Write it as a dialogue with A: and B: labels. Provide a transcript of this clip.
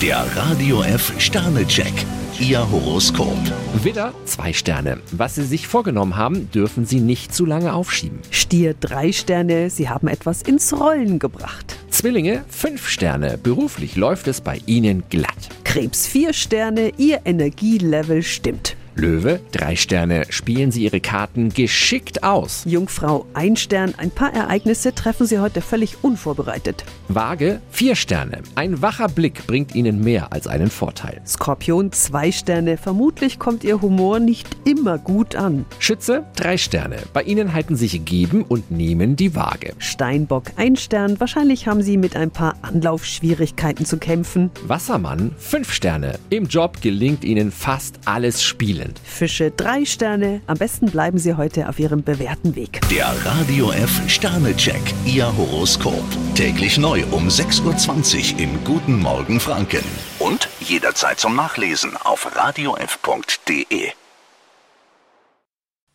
A: Der Radio F Sternecheck. Ihr Horoskop.
B: Widder, zwei Sterne. Was Sie sich vorgenommen haben, dürfen Sie nicht zu lange aufschieben.
C: Stier drei Sterne, Sie haben etwas ins Rollen gebracht.
B: Zwillinge, fünf Sterne. Beruflich läuft es bei Ihnen glatt.
C: Krebs vier Sterne, Ihr Energielevel stimmt.
B: Löwe, drei Sterne. Spielen Sie Ihre Karten geschickt aus.
C: Jungfrau ein Stern, ein paar Ereignisse treffen Sie heute völlig unvorbereitet.
B: Waage, vier Sterne. Ein wacher Blick bringt Ihnen mehr als einen Vorteil.
C: Skorpion zwei Sterne, vermutlich kommt Ihr Humor nicht immer gut an.
B: Schütze, drei Sterne. Bei Ihnen halten sich Geben und Nehmen die Waage.
C: Steinbock ein Stern, wahrscheinlich haben Sie mit ein paar Anlaufschwierigkeiten zu kämpfen.
B: Wassermann, fünf Sterne. Im Job gelingt Ihnen fast alles spielend.
C: Fische drei Sterne, am besten bleiben Sie heute auf Ihrem bewährten Weg.
A: Der Radio F Sternecheck. Ihr Horoskop. Täglich neu um 6.20 Uhr im Guten Morgen Franken. Und jederzeit zum Nachlesen auf radiof.de.